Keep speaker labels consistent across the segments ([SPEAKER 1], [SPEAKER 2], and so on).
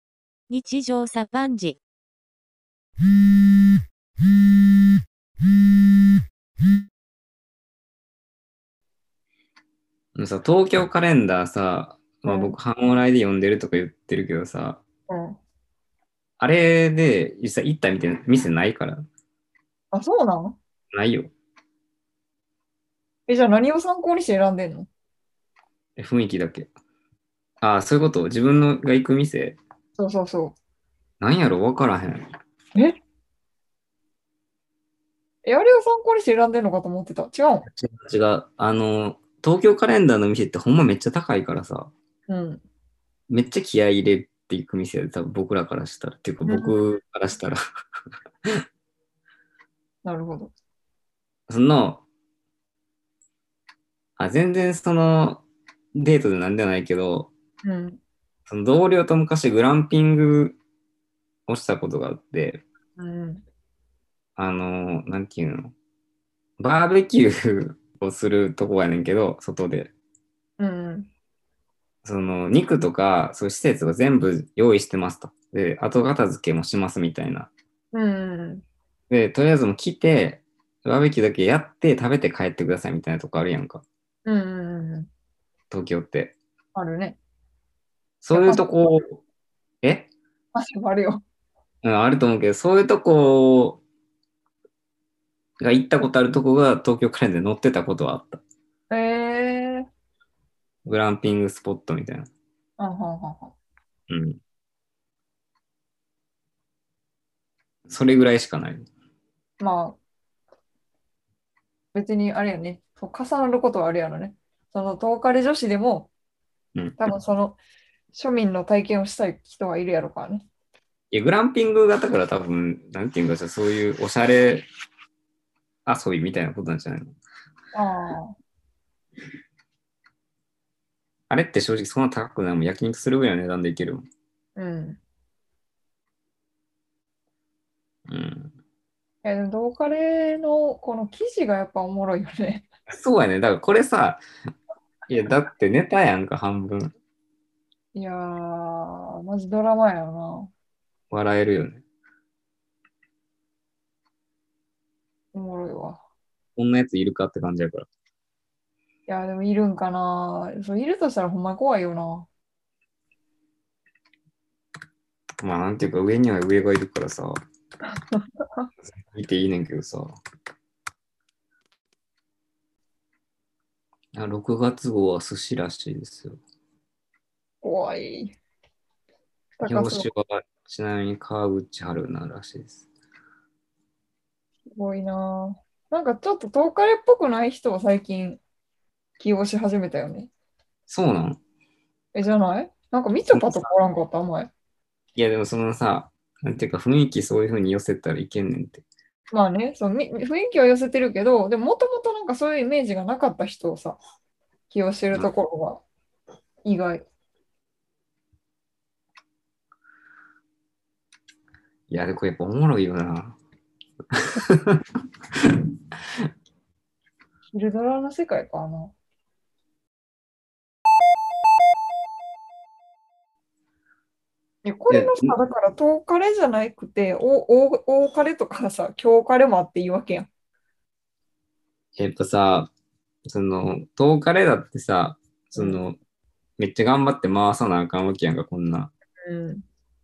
[SPEAKER 1] 日常茶飯事。
[SPEAKER 2] もうさ、東京カレンダーさ、まあ
[SPEAKER 1] うん
[SPEAKER 2] 僕、半オライで読んでるとか言ってるけどさ、
[SPEAKER 1] うん。
[SPEAKER 2] あれで実際行ったみたいな店ないから、
[SPEAKER 1] あ、そうなの
[SPEAKER 2] ないよ。
[SPEAKER 1] え、じゃあ何を参考にして選んでんの
[SPEAKER 2] え雰囲気だけ。ああ、そういうこと自分のが行く店、
[SPEAKER 1] そうそうそ
[SPEAKER 2] なんやろ分からへん。
[SPEAKER 1] う。え、あれを参考にして選んでんのかと思ってた。違う
[SPEAKER 2] 違う。あの、東京カレンダーの店ってほんまめっちゃ高いからさ、
[SPEAKER 1] んうん。
[SPEAKER 2] めっちゃ気合い入れていく店で、多分僕らからしたら、っていうか
[SPEAKER 1] うん
[SPEAKER 2] 僕からしたら、
[SPEAKER 1] なるほど。
[SPEAKER 2] その、あ、全然その、デートでなんでないけど、
[SPEAKER 1] うん。
[SPEAKER 2] その同僚と昔グランピングをしたことがあって、
[SPEAKER 1] うん。
[SPEAKER 2] あの、なんていうの、バーベキューをするとこやねんけど、外で。
[SPEAKER 1] うん。
[SPEAKER 2] その肉とか、そういう施設が全部用意してますと。で、後片付けもしますみたいな。
[SPEAKER 1] うん。
[SPEAKER 2] で、とりあえずもう来て、バーベキューだけやって食べて帰ってくださいみたいなとこあるやんか、
[SPEAKER 1] うん。うん。
[SPEAKER 2] 東京って。
[SPEAKER 1] あるね。
[SPEAKER 2] そういうとこ、え
[SPEAKER 1] あ、あるよ。
[SPEAKER 2] うん、あると思うけど、そういうとこが行ったことあるとこが東京カレンダーに載ってたことはあった。
[SPEAKER 1] えー。
[SPEAKER 2] グランピングスポットみたいな。
[SPEAKER 1] あはんはんはん。
[SPEAKER 2] うん。それぐらいしかない。
[SPEAKER 1] まあ、別にあれやね、そう重なることはあれやろね。その、東カレ女子でも、
[SPEAKER 2] うん。
[SPEAKER 1] 多分その、庶民の体験をしたい人はいるやろからね。
[SPEAKER 2] いや、グランピング型から多分、なんていうんかさ、そういうおしゃれ遊びみたいなことなんじゃないの
[SPEAKER 1] ああ、
[SPEAKER 2] あれって正直そんな高くないもん。焼肉するぐらいの値段でいけるもん。
[SPEAKER 1] うん。
[SPEAKER 2] うん。
[SPEAKER 1] え、でも東カレのこの記事がやっぱおもろいよね。
[SPEAKER 2] そうやね。だからこれさ、いや、だってネタやんか、半分。
[SPEAKER 1] いやー、マジドラマやな。
[SPEAKER 2] 笑えるよね。
[SPEAKER 1] おもろいわ。
[SPEAKER 2] こんなやついるかって感じやから。
[SPEAKER 1] いやー、でもいるんかな。そう、いるとしたらほんま怖いよな。
[SPEAKER 2] まあ、なんていうか、上には上がいるから さ。見ていいねんけどさ。あ6月号は寿司らしいですよ。
[SPEAKER 1] 怖い。高
[SPEAKER 2] 表
[SPEAKER 1] そう
[SPEAKER 2] 紙はちなみに川口春奈らしいです。
[SPEAKER 1] すごいなぁ。なんかちょっと東海っぽくない人を最近起用し始めたよね。
[SPEAKER 2] そうなん
[SPEAKER 1] え、じゃないなんかみちょぱとかおらんかった前。
[SPEAKER 2] いやでもそのさ、なんていうか雰囲気そういう風に寄せたらいけんねんって。
[SPEAKER 1] まあね、そうみ雰囲気は寄せてるけど、でももともとなんかそういうイメージがなかった人をさ、起用してるところが意外。
[SPEAKER 2] いやでこれやっぱおもろいよな。
[SPEAKER 1] ヒルドラの世界かな。いやこれのさ、
[SPEAKER 2] いや
[SPEAKER 1] だから、東カレじゃなくて、おお大カレとかさ、京カレもあっていいわけやん。
[SPEAKER 2] やっぱさ、その、東カレだってさ、その、めっちゃ頑張って回さなあかんわけやんか、こんな。
[SPEAKER 1] うん。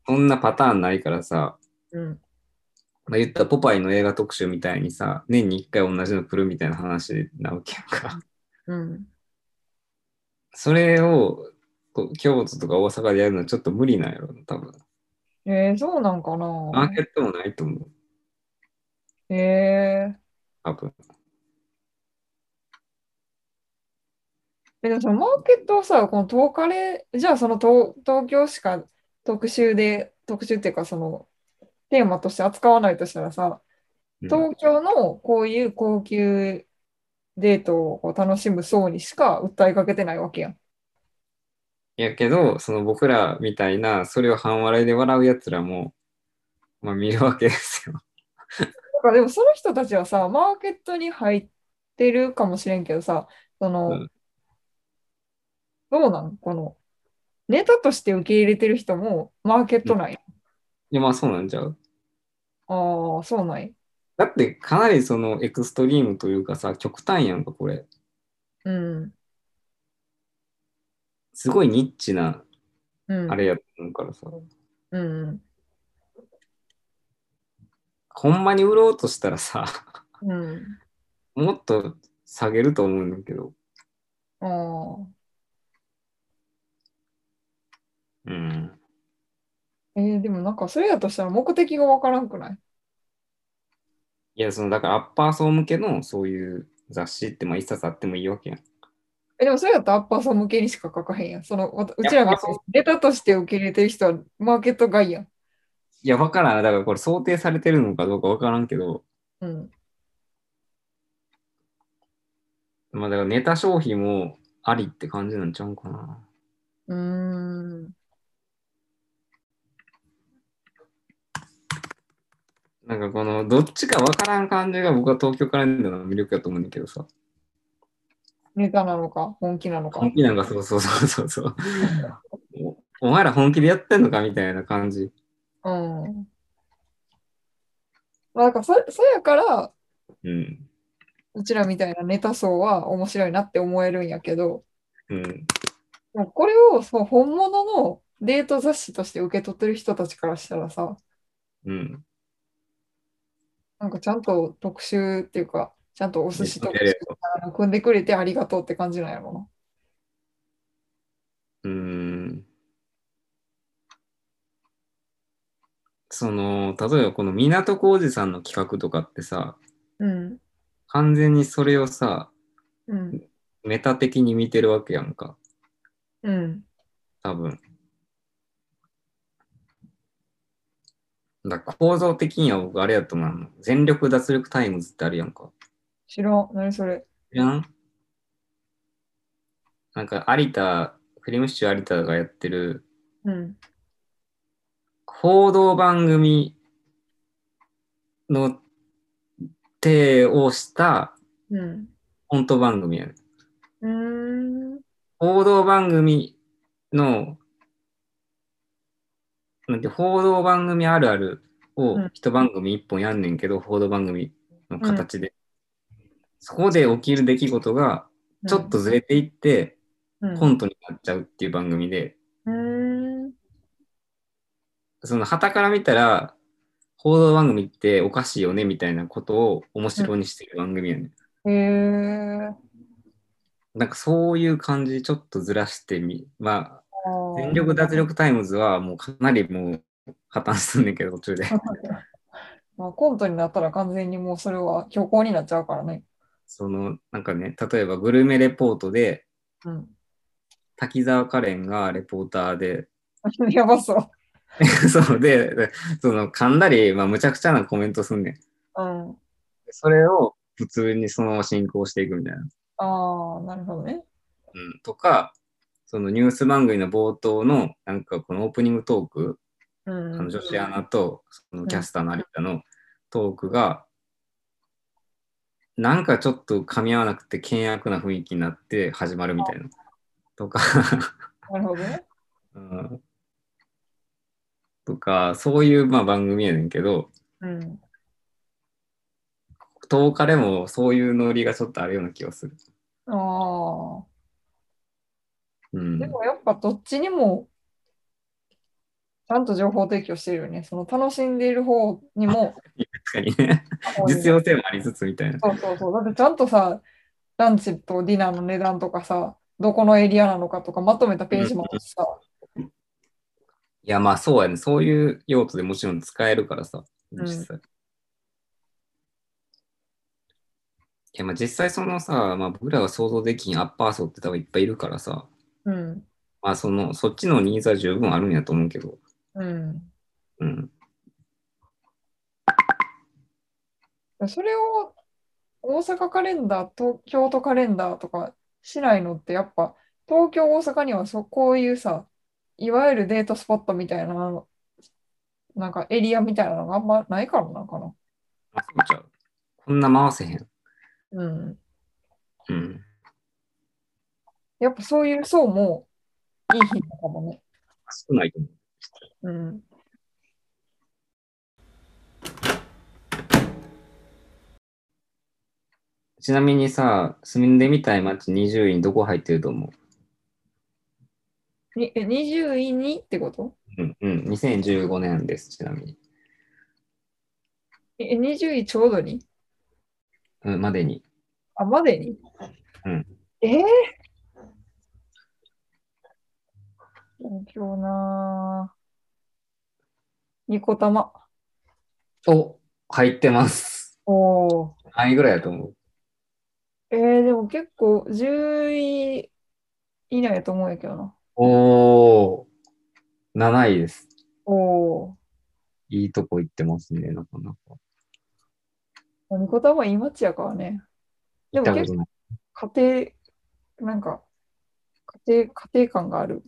[SPEAKER 2] そんなパターンないからさ、
[SPEAKER 1] うん。
[SPEAKER 2] まあ、言ったらポパイの映画特集みたいにさ、年に一回同じの来るみたいな話なわけやんか。
[SPEAKER 1] うん。
[SPEAKER 2] それを、こう京都とか大阪でやるのはちょっと無理なんやろな、多分。
[SPEAKER 1] えー、そうなんかな。
[SPEAKER 2] マーケットもないと思う、
[SPEAKER 1] えー、
[SPEAKER 2] 多分。
[SPEAKER 1] えでもそのマーケットはさ、この東カレ、じゃあその東、東京しか特集で、特集っていうかそのテーマとして扱わないとしたらさ、
[SPEAKER 2] うん
[SPEAKER 1] 東京のこういう高級デートをこう楽しむ層にしか訴えかけてないわけやん。
[SPEAKER 2] やけど、その僕らみたいな、それを半笑いで笑うやつらも、まあ見るわけですよ。
[SPEAKER 1] だからでもその人たちはさ、マーケットに入ってるかもしれんけどさ、その、
[SPEAKER 2] うん
[SPEAKER 1] どうなんこの、ネタとして受け入れてる人もマーケットなんや。
[SPEAKER 2] や、まあそうなんちゃう。
[SPEAKER 1] ああ、そうなんや。
[SPEAKER 2] だってかなりそのエクストリームというかさ、極端やんか、これ。
[SPEAKER 1] うん。
[SPEAKER 2] すごいニッチな
[SPEAKER 1] うん。
[SPEAKER 2] あれやと思うからさ。
[SPEAKER 1] うん。
[SPEAKER 2] ほんまに売ろうとしたらさ、
[SPEAKER 1] うん。
[SPEAKER 2] もっと下げると思うんだけど。
[SPEAKER 1] ああ。
[SPEAKER 2] うん。
[SPEAKER 1] えー、でもなんかそれやとしたら目的がわからんくない
[SPEAKER 2] いや、その、だからアッパー層向けのそういう雑誌って、まあ一冊あってもいいわけやん。
[SPEAKER 1] え、でもそれやったらアッパーさん向けにしか書かへんやん。その、わたう
[SPEAKER 2] や
[SPEAKER 1] ちらが
[SPEAKER 2] まあそう
[SPEAKER 1] ネタとして受け入れてる人はマーケット外やん。
[SPEAKER 2] いや、わからん。だからこれ想定されてるのかどうかわからんけど、
[SPEAKER 1] うん。
[SPEAKER 2] まあだからネタ消費もありって感じなんちゃうかな。
[SPEAKER 1] うーん。
[SPEAKER 2] なんかこの、どっちかわからん感じが僕は東京カレンダーの魅力やと思うんだけどさ。
[SPEAKER 1] ネタなのか、本気なのか。
[SPEAKER 2] 本気なんかそうそうそうそうそう。おお前ら本気でやってんのかみたいな感じ。
[SPEAKER 1] うん。まあ、なんかそ、そやから、
[SPEAKER 2] うん。
[SPEAKER 1] うちらみたいなネタ層は面白いなって思えるんやけど、
[SPEAKER 2] うん。
[SPEAKER 1] でもこれをそう本物のデート雑誌として受け取ってる人たちからしたらさ、
[SPEAKER 2] うん。
[SPEAKER 1] なんかちゃんと特集っていうか、ちゃんとお寿司特
[SPEAKER 2] やれ
[SPEAKER 1] 集
[SPEAKER 2] るよ
[SPEAKER 1] あの組んでくれてありがとうって感じなんやろ
[SPEAKER 2] うー
[SPEAKER 1] な。
[SPEAKER 2] ん。その、例えばこの港浩二さんの企画とかってさ、
[SPEAKER 1] うん。
[SPEAKER 2] 完全にそれをさ、
[SPEAKER 1] うん。
[SPEAKER 2] メタ的に見てるわけやんか。
[SPEAKER 1] うん。
[SPEAKER 2] 多分。だから構造的には僕あれやと思うの。全力脱力タイムズってあるやんか。
[SPEAKER 1] 知らん。何それ。
[SPEAKER 2] 知らんなんか有田、クリームシチュー有田がやってる
[SPEAKER 1] うん。
[SPEAKER 2] 報道番組の手をした
[SPEAKER 1] うん。
[SPEAKER 2] コント番組やね
[SPEAKER 1] うーん。
[SPEAKER 2] 報道番組の、なんて報道番組あるあるを
[SPEAKER 1] うん
[SPEAKER 2] 一番組一本やんねんけど、報道番組の形で。そこで起きる出来事がちょっとずれていって、
[SPEAKER 1] うん、
[SPEAKER 2] コントになっちゃうっていう番組で、
[SPEAKER 1] うん。う
[SPEAKER 2] その旗から見たら、報道番組っておかしいよねみたいなことを面白にしてる番組やね、
[SPEAKER 1] ーん。へえ。
[SPEAKER 2] なんかそういう感じちょっとずらしてみ、ま
[SPEAKER 1] あ
[SPEAKER 2] あ、
[SPEAKER 1] ー
[SPEAKER 2] 全力脱 力タイムズはもうかなりもう破綻すんねんけど、途中で。
[SPEAKER 1] まあ、コントになったら完全にもうそれは虚構になっちゃうからね。
[SPEAKER 2] その、なんかね、例えばグルメレポートで、
[SPEAKER 1] うん。
[SPEAKER 2] 滝沢カレンがレポーターで、
[SPEAKER 1] やばそう。
[SPEAKER 2] そうで、その噛んだり、まあ、むちゃくちゃなコメントすんねん。
[SPEAKER 1] うん。
[SPEAKER 2] それを普通にそのまま進行していくみたいな。
[SPEAKER 1] ああ、なるほどね。
[SPEAKER 2] うん、とか、そのニュース番組の冒頭の、なんかこのオープニングトーク、
[SPEAKER 1] うん。
[SPEAKER 2] あの女子アナとそのキャスターの有田のトークが、なんかちょっと噛み合わなくて、険悪な雰囲気になって始まるみたいな。とか、
[SPEAKER 1] なるほどね。
[SPEAKER 2] うん、とか、そういうまあ番組やねんけど、
[SPEAKER 1] うん。
[SPEAKER 2] 10日でもそういうノリがちょっとあるような気がする。
[SPEAKER 1] ああ。
[SPEAKER 2] うん
[SPEAKER 1] で、もやっぱどっちにも、ちゃんと情報提供してるよね。その楽しんでいる方にも、
[SPEAKER 2] 確かにね、 実用性もありつつみたいな。
[SPEAKER 1] そうそうそう。だってちゃんとさ、ランチとディナーの値段とかさ、どこのエリアなのかとかまとめたページもあるしさ、
[SPEAKER 2] いや、まあそうやね。そういう用途でもちろん使えるからさ、実際。いや、まあ実際そのさ、まあ僕らが想像できんアッパー層って多分いっぱいいるからさ、
[SPEAKER 1] うん、
[SPEAKER 2] まあその、そっちのニーズは十分あるんやと思うけど、
[SPEAKER 1] うん。
[SPEAKER 2] うん。
[SPEAKER 1] それを大阪カレンダーと京都カレンダーとかしないのってやっぱ東京大阪にはそうこういうさいわゆるデートスポットみたいなのなんかエリアみたいなのがあんまないからなんかな。
[SPEAKER 2] まあそうちゃう。こんな回せへん。
[SPEAKER 1] うん。
[SPEAKER 2] うん。
[SPEAKER 1] やっぱそういう層もいい日とかもね。
[SPEAKER 2] 少ないと思う。
[SPEAKER 1] うん。
[SPEAKER 2] ちなみにさ、住んでみたい街20位にどこ入ってると思う
[SPEAKER 1] にえ20位にってこと
[SPEAKER 2] うんうん、2015年です、ちなみに。
[SPEAKER 1] え ?20 位ちょうどに
[SPEAKER 2] うん、までに。
[SPEAKER 1] あ、までに
[SPEAKER 2] うん
[SPEAKER 1] えー、東京なぁ。ニコ玉。
[SPEAKER 2] お入ってます。
[SPEAKER 1] おお。
[SPEAKER 2] 何位ぐらいだと思う
[SPEAKER 1] えー、でも結構10位以内やと思うんやけどな。
[SPEAKER 2] おー、7位です。
[SPEAKER 1] おお。
[SPEAKER 2] いいとこ行ってますね、なかなか。
[SPEAKER 1] ニコ玉いい街やからね。で
[SPEAKER 2] 行った
[SPEAKER 1] も
[SPEAKER 2] こ
[SPEAKER 1] 結
[SPEAKER 2] とない。
[SPEAKER 1] 構家庭、なんか、家庭、家庭感がある。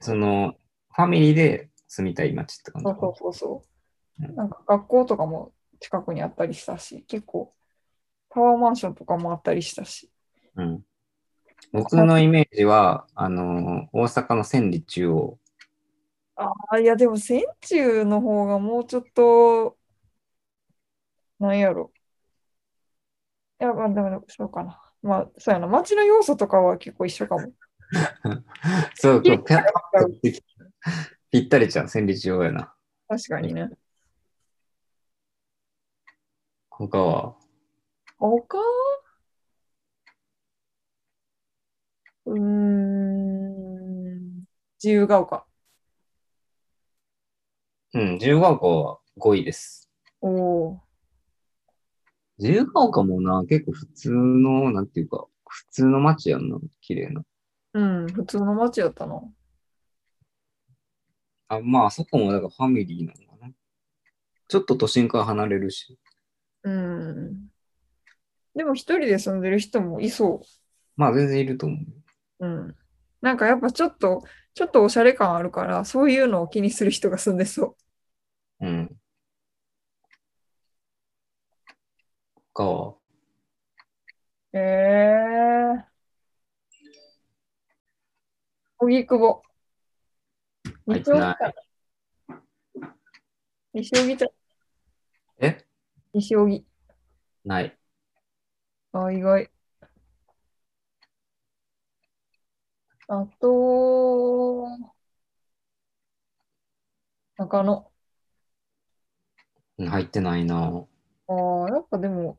[SPEAKER 2] その、ファミリーで住みたい街って感じ
[SPEAKER 1] そう
[SPEAKER 2] か
[SPEAKER 1] そ
[SPEAKER 2] な
[SPEAKER 1] うそうそうう。なんか学校とかも近くにあったりしたし、結構タワーマンションとかもあったりしたし。
[SPEAKER 2] うん。僕のイメージは、あの、大阪の千里中央。
[SPEAKER 1] ああ、いやでも千中の方がもうちょっと、なんやろ。いや、まあでもそうかな。まあそうやな。街の要素とかは結構一緒かも。
[SPEAKER 2] そう、
[SPEAKER 1] い
[SPEAKER 2] 今
[SPEAKER 1] や
[SPEAKER 2] 日ぴゃぴったりじゃん、千里中央やな。
[SPEAKER 1] 確かにね。
[SPEAKER 2] 他は、
[SPEAKER 1] 他うーん、自由が丘。
[SPEAKER 2] うん、自由が丘は5位です。
[SPEAKER 1] おお。
[SPEAKER 2] 自由が丘もな、結構普通の、なんていうか、普通の街やんな、綺麗な。
[SPEAKER 1] うん、普通の街やったな。
[SPEAKER 2] あ、まあ、あそこもだからファミリーなのかな。ちょっと都心から離れるし。
[SPEAKER 1] うん。でも一人で住んでる人もいそ
[SPEAKER 2] まあ、全然いると思う。
[SPEAKER 1] う。うん。なんかやっぱちょっと、ちょっとおしゃれ感あるから、そういうのを気にする人が住んでそ
[SPEAKER 2] うん。他は、
[SPEAKER 1] う。へえ。荻窪。
[SPEAKER 2] 入っ
[SPEAKER 1] 西
[SPEAKER 2] てない
[SPEAKER 1] 荻か。西荻ちゃん。
[SPEAKER 2] え
[SPEAKER 1] 西荻。
[SPEAKER 2] ない。
[SPEAKER 1] あ、意外。あと、中野。
[SPEAKER 2] うん入ってないな。
[SPEAKER 1] ああ、やっぱでも、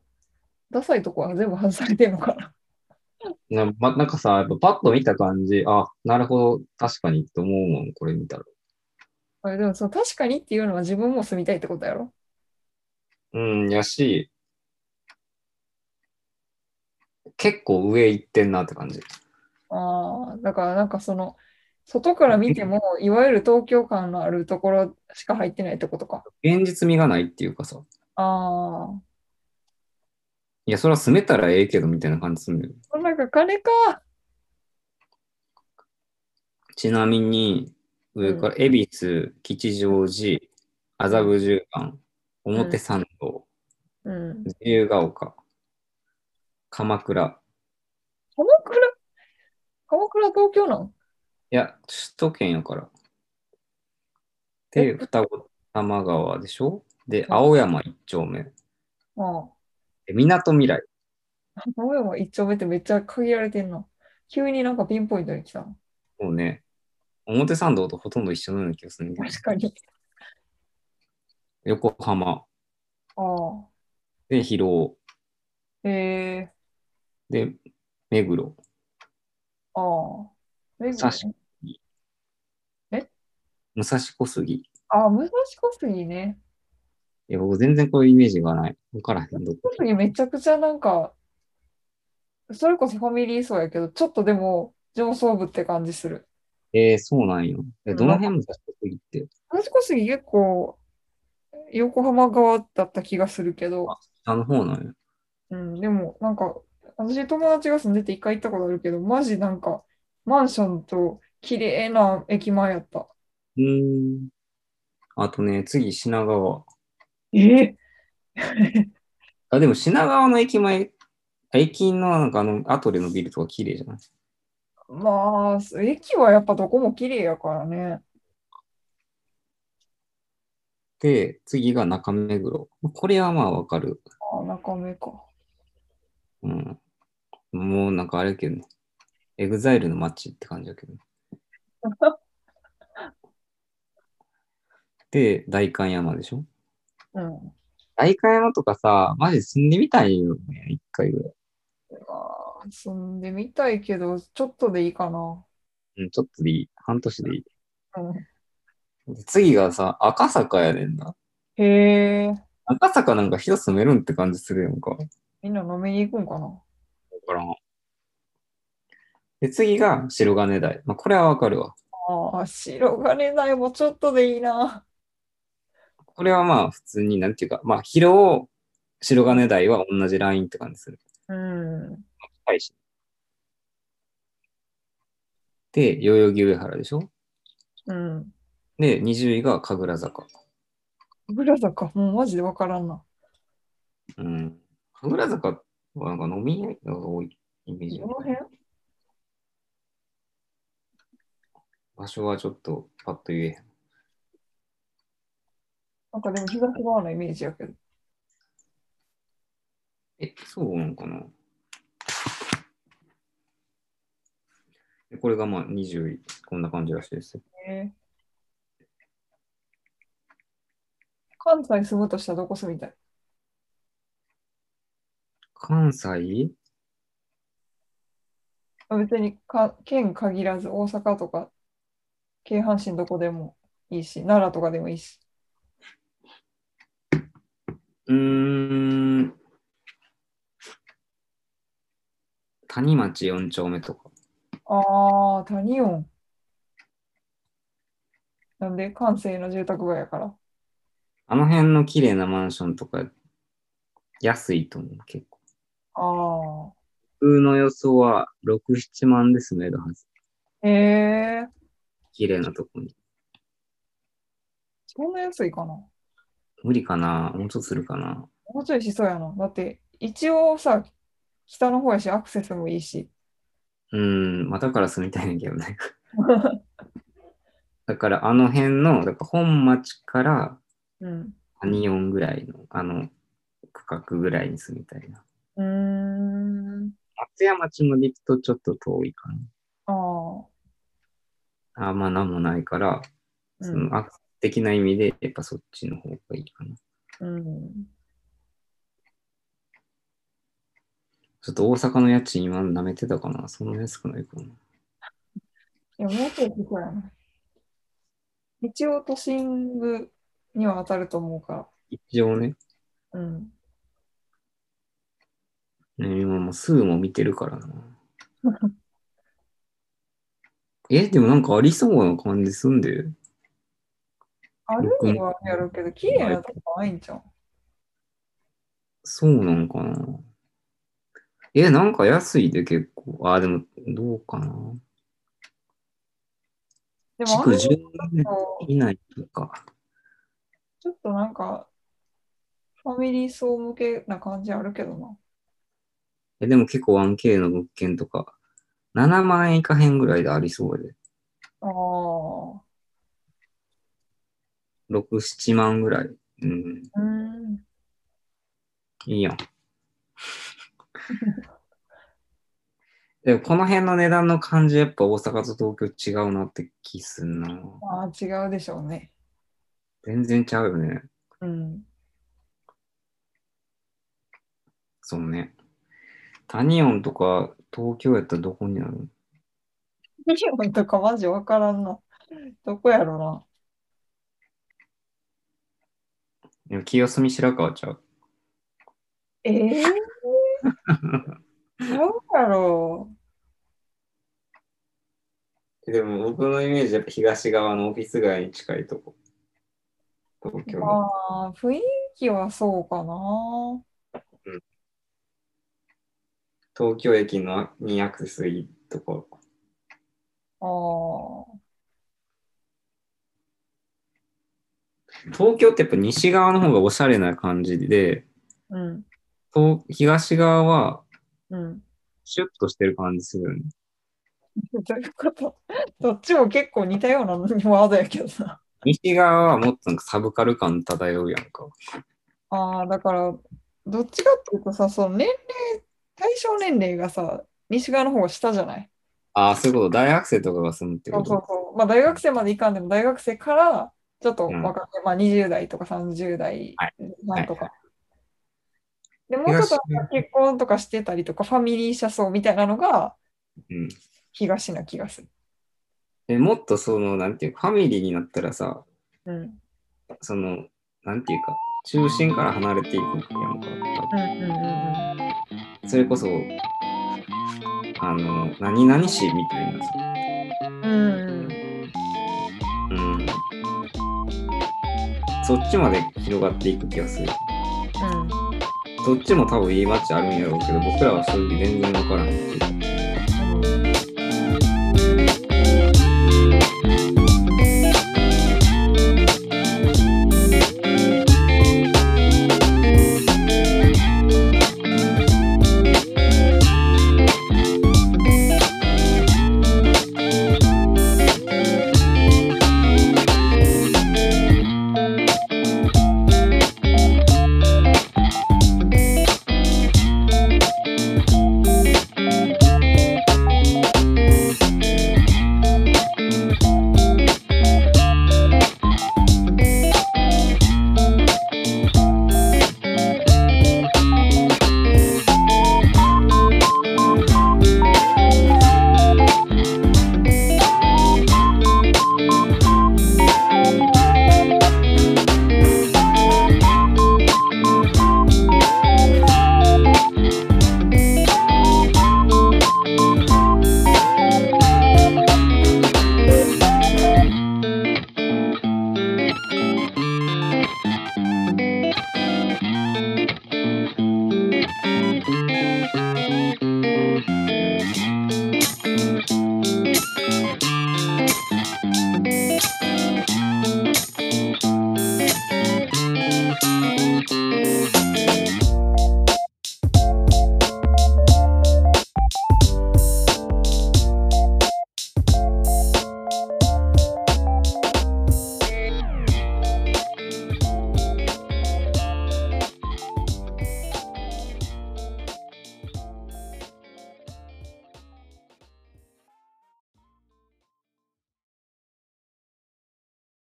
[SPEAKER 1] ダサいとこは全部外されてるのかな。
[SPEAKER 2] な,、ま、なんかさ、やっぱパッと見た感じ、あ、なるほど、確かにって思うもん、これ見たら。
[SPEAKER 1] あれでもその確かにっていうのは自分も住みたいってことやろ。
[SPEAKER 2] うん、やし、結構上行ってんなって感じ。
[SPEAKER 1] ああ、だからなんかその、外から見ても、いわゆる東京感のあるところしか入ってないってことか。
[SPEAKER 2] 現実味がないっていうかさ、
[SPEAKER 1] ああ、
[SPEAKER 2] いや、それは住めたらええけどみたいな感じするんだよ。
[SPEAKER 1] こんなんか金か。
[SPEAKER 2] ちなみに、上から、恵比寿、吉祥寺、麻布十番、表参道、
[SPEAKER 1] うん。
[SPEAKER 2] 自由が丘、鎌倉。
[SPEAKER 1] 鎌倉鎌倉東京なん
[SPEAKER 2] いや、首都圏やから。で、双子玉川でしょで、
[SPEAKER 1] うん
[SPEAKER 2] 青山一丁目。
[SPEAKER 1] ああ。
[SPEAKER 2] で港未来。
[SPEAKER 1] 名古屋は一丁目ってめっちゃ限られてんな。急になんかピンポイントに来たな。
[SPEAKER 2] もうね、表参道とほとんど一緒のような気がするんだけど
[SPEAKER 1] 確かに。
[SPEAKER 2] 横浜。
[SPEAKER 1] ああ。
[SPEAKER 2] で、広
[SPEAKER 1] へえ
[SPEAKER 2] 尾。で、目黒。
[SPEAKER 1] ああ。目黒
[SPEAKER 2] 確武蔵小杉。
[SPEAKER 1] ああ、武蔵小杉ね。
[SPEAKER 2] いや、僕全然こういうイメージがない。わからへんどこ。
[SPEAKER 1] 特にめちゃくちゃなんか、それこそファミリー層やけど、ちょっとでも上層部って感じする。
[SPEAKER 2] えー、そうなんよ。えどの辺武蔵小杉って。
[SPEAKER 1] 武蔵小杉結構横浜側だった気がするけど、
[SPEAKER 2] 下の方なんよ。
[SPEAKER 1] うん、でもなんか、私友達が住んでて一回行ったことあるけど、マジなんか、マンションと綺麗な駅前やった。
[SPEAKER 2] うーん。あとね、次、品川。
[SPEAKER 1] え
[SPEAKER 2] あ、でも品川の駅前、駅のなんかあの、アトレのビルとか綺麗じゃない
[SPEAKER 1] まあ、駅はやっぱどこも綺麗やからね。
[SPEAKER 2] で、次が中目黒。これはまあわかる。
[SPEAKER 1] あ、中目か。
[SPEAKER 2] うん。もうなんかあれやけどね。エグザイルの街って感じだけど ね。で、代官山でしょ
[SPEAKER 1] うん。
[SPEAKER 2] 代官山とかさ、マジ住んでみたいよね、一回ぐらい。
[SPEAKER 1] あー住んでみたいけど、ちょっとでいいかな。
[SPEAKER 2] うん、ちょっとでいい。半年でいい。
[SPEAKER 1] うん
[SPEAKER 2] で次がさ、赤坂やねんな。
[SPEAKER 1] へえ、
[SPEAKER 2] 赤坂なんか人住めるんって感じするやんか。わ
[SPEAKER 1] みんな飲みに行くんかな。
[SPEAKER 2] からん。で、次が白金台。まあ、これはわかるわ。
[SPEAKER 1] ああ、白金台もちょっとでいいな。
[SPEAKER 2] これはまあ普通になんていうか、まあ広尾、白金台は同じラインって感じする。
[SPEAKER 1] うん。
[SPEAKER 2] 近いし。で、代々木上原でしょ
[SPEAKER 1] うん。
[SPEAKER 2] で、20位が神楽坂。
[SPEAKER 1] 神楽坂、もうマジでわからんな。
[SPEAKER 2] うん。神楽坂はなんか飲み屋が多いイメージ
[SPEAKER 1] どの。辺
[SPEAKER 2] 場所はちょっとパッと言えへん。
[SPEAKER 1] なんかでも東側のイメージやけど。
[SPEAKER 2] え、そうなのかなでこれがまあ20位、こんな感じらしいですよ。
[SPEAKER 1] へえ関西住むとしたらどこ住みたい
[SPEAKER 2] 関西
[SPEAKER 1] まあ別にか県限らず大阪とか京阪神どこでもいいし奈良とかでもいいし
[SPEAKER 2] うーん。谷町4丁目とか。
[SPEAKER 1] ああ谷音なんで関西の住宅街やから
[SPEAKER 2] あの辺の綺麗なマンションとか、安いと思う、結構。
[SPEAKER 1] あ
[SPEAKER 2] 僕の予想は6、7万で住めるはず。
[SPEAKER 1] あへえ
[SPEAKER 2] 綺麗なとこに。
[SPEAKER 1] そんな安いかなも
[SPEAKER 2] 無理かなもうちょっとするかな
[SPEAKER 1] うちょいしそうやなだって一応さ北の方やしアクセスもいいし
[SPEAKER 2] うーん、まあ、だから住みたいねんだけどね。だからあの辺の、だから本町から
[SPEAKER 1] うん
[SPEAKER 2] アニオンぐらいの、あの区画ぐらいに住みたいな。
[SPEAKER 1] うーん
[SPEAKER 2] 松屋町まで行くとちょっと遠いか
[SPEAKER 1] ああ
[SPEAKER 2] な。あんまあなんもないから、
[SPEAKER 1] う
[SPEAKER 2] そ
[SPEAKER 1] ん
[SPEAKER 2] のアクセス的な意味で、やっぱそっちの方がいいかな。
[SPEAKER 1] うん
[SPEAKER 2] ちょっと大阪の家賃今舐めてたかなそんな安くないかな。
[SPEAKER 1] いや、もうちょいここやな。一応都心部には当たると思うか
[SPEAKER 2] 一応ね、
[SPEAKER 1] ら。うん。
[SPEAKER 2] ね今もう数も見てるからな。 え、でもなんかありそうな感じすんで。
[SPEAKER 1] あるにはあるやろうけど、綺麗なとこないんじゃん。
[SPEAKER 2] そうなんかな。え、なんか安いで結構。あ、でも、どうかな。
[SPEAKER 1] でも、あ
[SPEAKER 2] 築
[SPEAKER 1] の
[SPEAKER 2] 10年
[SPEAKER 1] 子
[SPEAKER 2] 以内とか。
[SPEAKER 1] ちょっとなんか、ファミリー層向けな感じあるけどな。
[SPEAKER 2] え、でも結構 1K の物件とか、7万円いかへんぐらいでありそうやで。
[SPEAKER 1] ああ。
[SPEAKER 2] 6、7万ぐらい。うん。
[SPEAKER 1] うん。
[SPEAKER 2] いいやん。でもこの辺の値段の感じ、やっぱ大阪と東京違うなって気すんな。
[SPEAKER 1] まあ、違うでしょうね。
[SPEAKER 2] 全然ちゃうよね。
[SPEAKER 1] うん。
[SPEAKER 2] そうね。タニオンとか東京やったらどこになるの
[SPEAKER 1] ミリオンとかマジわからんな。どこやろな。
[SPEAKER 2] でも清澄白河ちゃう。
[SPEAKER 1] ええー、 どうやろ
[SPEAKER 2] でも僕のイメージやっぱ東側のオフィス街に近いとこ。東
[SPEAKER 1] う。
[SPEAKER 2] 京の。
[SPEAKER 1] まあ、雰囲気はそうかな。
[SPEAKER 2] 東京駅のにアクセスいいとこ。
[SPEAKER 1] ああ、
[SPEAKER 2] 東京ってやっぱ西側の方がおしゃれな感じで、
[SPEAKER 1] うん、
[SPEAKER 2] 東東側は
[SPEAKER 1] うん。
[SPEAKER 2] シュッとしてる感じするよね。
[SPEAKER 1] どういうことどっちも結構似たようなワードやけどな。
[SPEAKER 2] 西側はもっとなんかサブカル感漂うやんか。
[SPEAKER 1] ああ、だから、どっちかっていうとさ、その年齢対象年齢がさ、西側の方が下じゃない
[SPEAKER 2] ああ、そういうこと。大学生とかが住むって
[SPEAKER 1] そ
[SPEAKER 2] こ
[SPEAKER 1] うそ
[SPEAKER 2] と
[SPEAKER 1] うそう。まあ大学生までいかんでも大学生からちょっと若手、まあ20代とか30代
[SPEAKER 2] はい
[SPEAKER 1] なんとか。
[SPEAKER 2] は
[SPEAKER 1] でもうちょっと
[SPEAKER 2] 東
[SPEAKER 1] なんか結婚とかしてたりとか、ファミリー者層みたいなのが
[SPEAKER 2] うん。
[SPEAKER 1] 東な気がする。
[SPEAKER 2] え、もっとその、なんていうか、ファミリーになったらさ、
[SPEAKER 1] うん。
[SPEAKER 2] その、なんていうか、中心から離れていくやんか。
[SPEAKER 1] うんうんうんうん。
[SPEAKER 2] それこそ、あの、何々市みたいなさ。
[SPEAKER 1] うんうん
[SPEAKER 2] うん。そっちまで広がっていく気がする。
[SPEAKER 1] うん
[SPEAKER 2] そっちも多分いい街あるんやろうけど、僕らは正直全然わからんっていう。